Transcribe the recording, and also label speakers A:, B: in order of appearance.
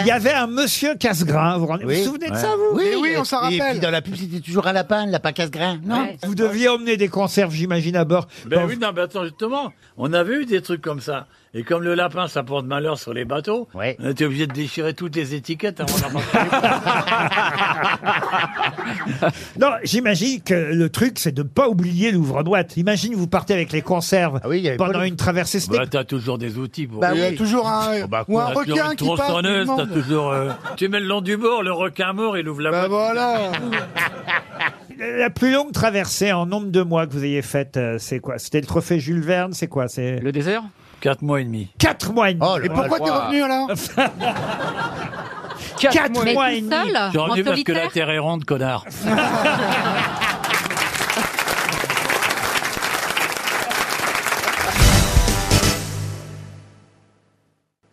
A: Il y avait un monsieur Casgrain, vous vous rendez- vous vous souvenez de ça, vous
B: Oui, oui, on s'en rappelle. Et puis dans la pub, c'était toujours à la panne, la pacasse grain, non
A: Vous deviez emmener des conserves, j'imagine, à bord.
C: Ben
A: Dans-
C: oui, non, mais attends, justement, on avait eu des trucs comme ça. Et comme le lapin, ça porte malheur sur les bateaux,
B: Ouais.
C: on était obligé de déchirer toutes les étiquettes avant d'embarquer.
A: Non, j'imagine que le truc, c'est de ne pas oublier l'ouvre-boîte. Imagine, vous partez avec les conserves
B: Ah oui, il y avait pas
A: pendant
B: le-
A: une traversée. Ce n'est-
C: bah, t'as toujours des outils pour...
B: Bah
D: Il y a
B: oui.
D: toujours un,
C: Oh, bah,
D: ou un
C: t'as toujours
D: requin
C: une
D: qui passe. qui
C: tronçonneuse, t'as
D: demande.
C: toujours... euh, Tu mets le long du bord, le requin mort, il ouvre la
D: Bah
C: boîte.
D: voilà.
C: Bah.
A: La plus longue traversée en nombre de mois que vous ayez faite, euh, c'est quoi C'était le trophée Jules Verne, c'est quoi C'est
E: Le désert
C: Quatre mois et demi.
A: quatre mois et demi.
B: Oh, le
D: Et pourquoi t'es revenu alors
A: Quatre mois et
F: Mais tout
A: demi.
F: seul
C: J'ai
F: En
C: rendu parce que la
F: solitaire
C: Terre est ronde, connard.